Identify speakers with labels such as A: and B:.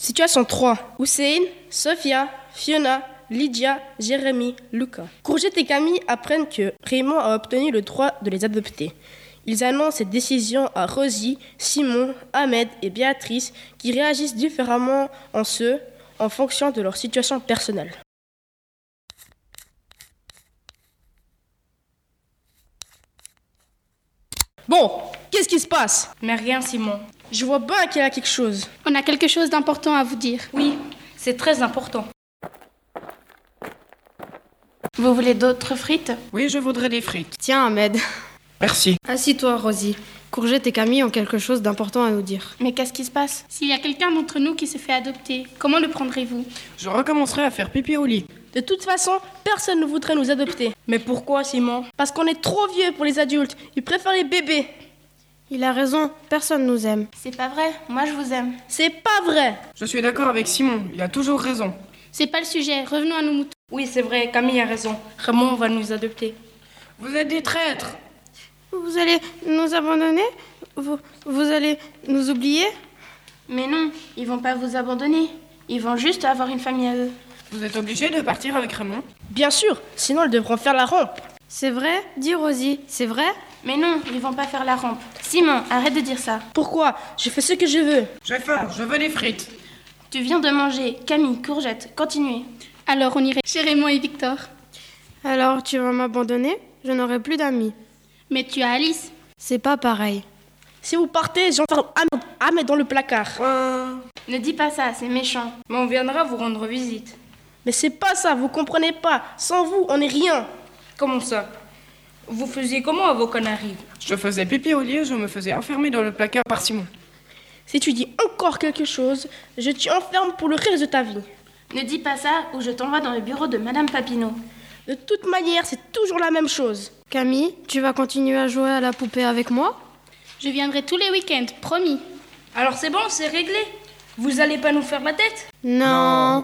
A: Situation 3. Hussein, Sofia, Fiona, Lydia, Jérémy, Lucas. Courgette et Camille apprennent que Raymond a obtenu le droit de les adopter. Ils annoncent cette décision à Rosie, Simon, Ahmed et Béatrice qui réagissent différemment en ce, en fonction de leur situation personnelle. Bon, qu'est-ce qui se passe
B: Mais rien, Simon.
A: Je vois bien qu'il y a quelque chose.
C: On a quelque chose d'important à vous dire.
B: Oui, c'est très important.
C: Vous voulez d'autres frites
D: Oui, je voudrais des frites.
E: Tiens, Ahmed.
D: Merci.
E: Assis-toi, Rosie. Courgette et Camille ont quelque chose d'important à nous dire.
C: Mais qu'est-ce qui se passe S'il y a quelqu'un d'entre nous qui se fait adopter, comment le prendrez-vous
D: Je recommencerai à faire pipi au lit.
A: De toute façon, personne ne voudrait nous adopter.
B: Mais pourquoi, Simon
A: Parce qu'on est trop vieux pour les adultes. Ils préfèrent les bébés.
E: Il a raison, personne nous aime.
F: C'est pas vrai, moi je vous aime.
A: C'est pas vrai.
D: Je suis d'accord avec Simon, il a toujours raison.
C: C'est pas le sujet, revenons à nos moutons.
B: Oui, c'est vrai, Camille a raison. Raymond va nous adopter.
D: Vous êtes des traîtres
E: Vous allez nous abandonner vous, vous allez nous oublier
F: Mais non, ils vont pas vous abandonner. Ils vont juste avoir une famille à eux.
D: Vous êtes obligé de partir avec Raymond
A: Bien sûr, sinon ils devront faire la rampe.
E: C'est vrai Dis Rosie, c'est vrai
F: Mais non, ils vont pas faire la rampe. Simon, arrête de dire ça.
A: Pourquoi Je fais ce que je veux.
D: J'ai faim, je veux des frites.
F: Tu viens de manger. Camille, courgette, continuez.
C: Alors on irait chez Raymond et Victor.
E: Alors tu vas m'abandonner Je n'aurai plus d'amis.
C: Mais tu as Alice.
E: C'est pas pareil.
A: Si vous partez, j'enferme Ahmed- Ahmed dans le placard.
F: Ne dis pas ça, c'est méchant.
B: Mais on viendra vous rendre visite.
A: Mais c'est pas ça, vous comprenez pas. Sans vous, on est rien.
B: Comment ça Vous faisiez comment à vos canaries
D: Je faisais pipi au lit et je me faisais enfermer dans le placard par Simon.
A: Si tu dis encore quelque chose, je t'y enferme pour le reste de ta vie.
F: Ne dis pas ça ou je t'envoie dans le bureau de Madame Papineau.
A: De toute manière, c'est toujours la même chose.
E: Camille, tu vas continuer à jouer à la poupée avec moi
C: Je viendrai tous les week-ends, promis.
B: Alors c'est bon, c'est réglé Vous allez pas nous faire la tête
E: Non.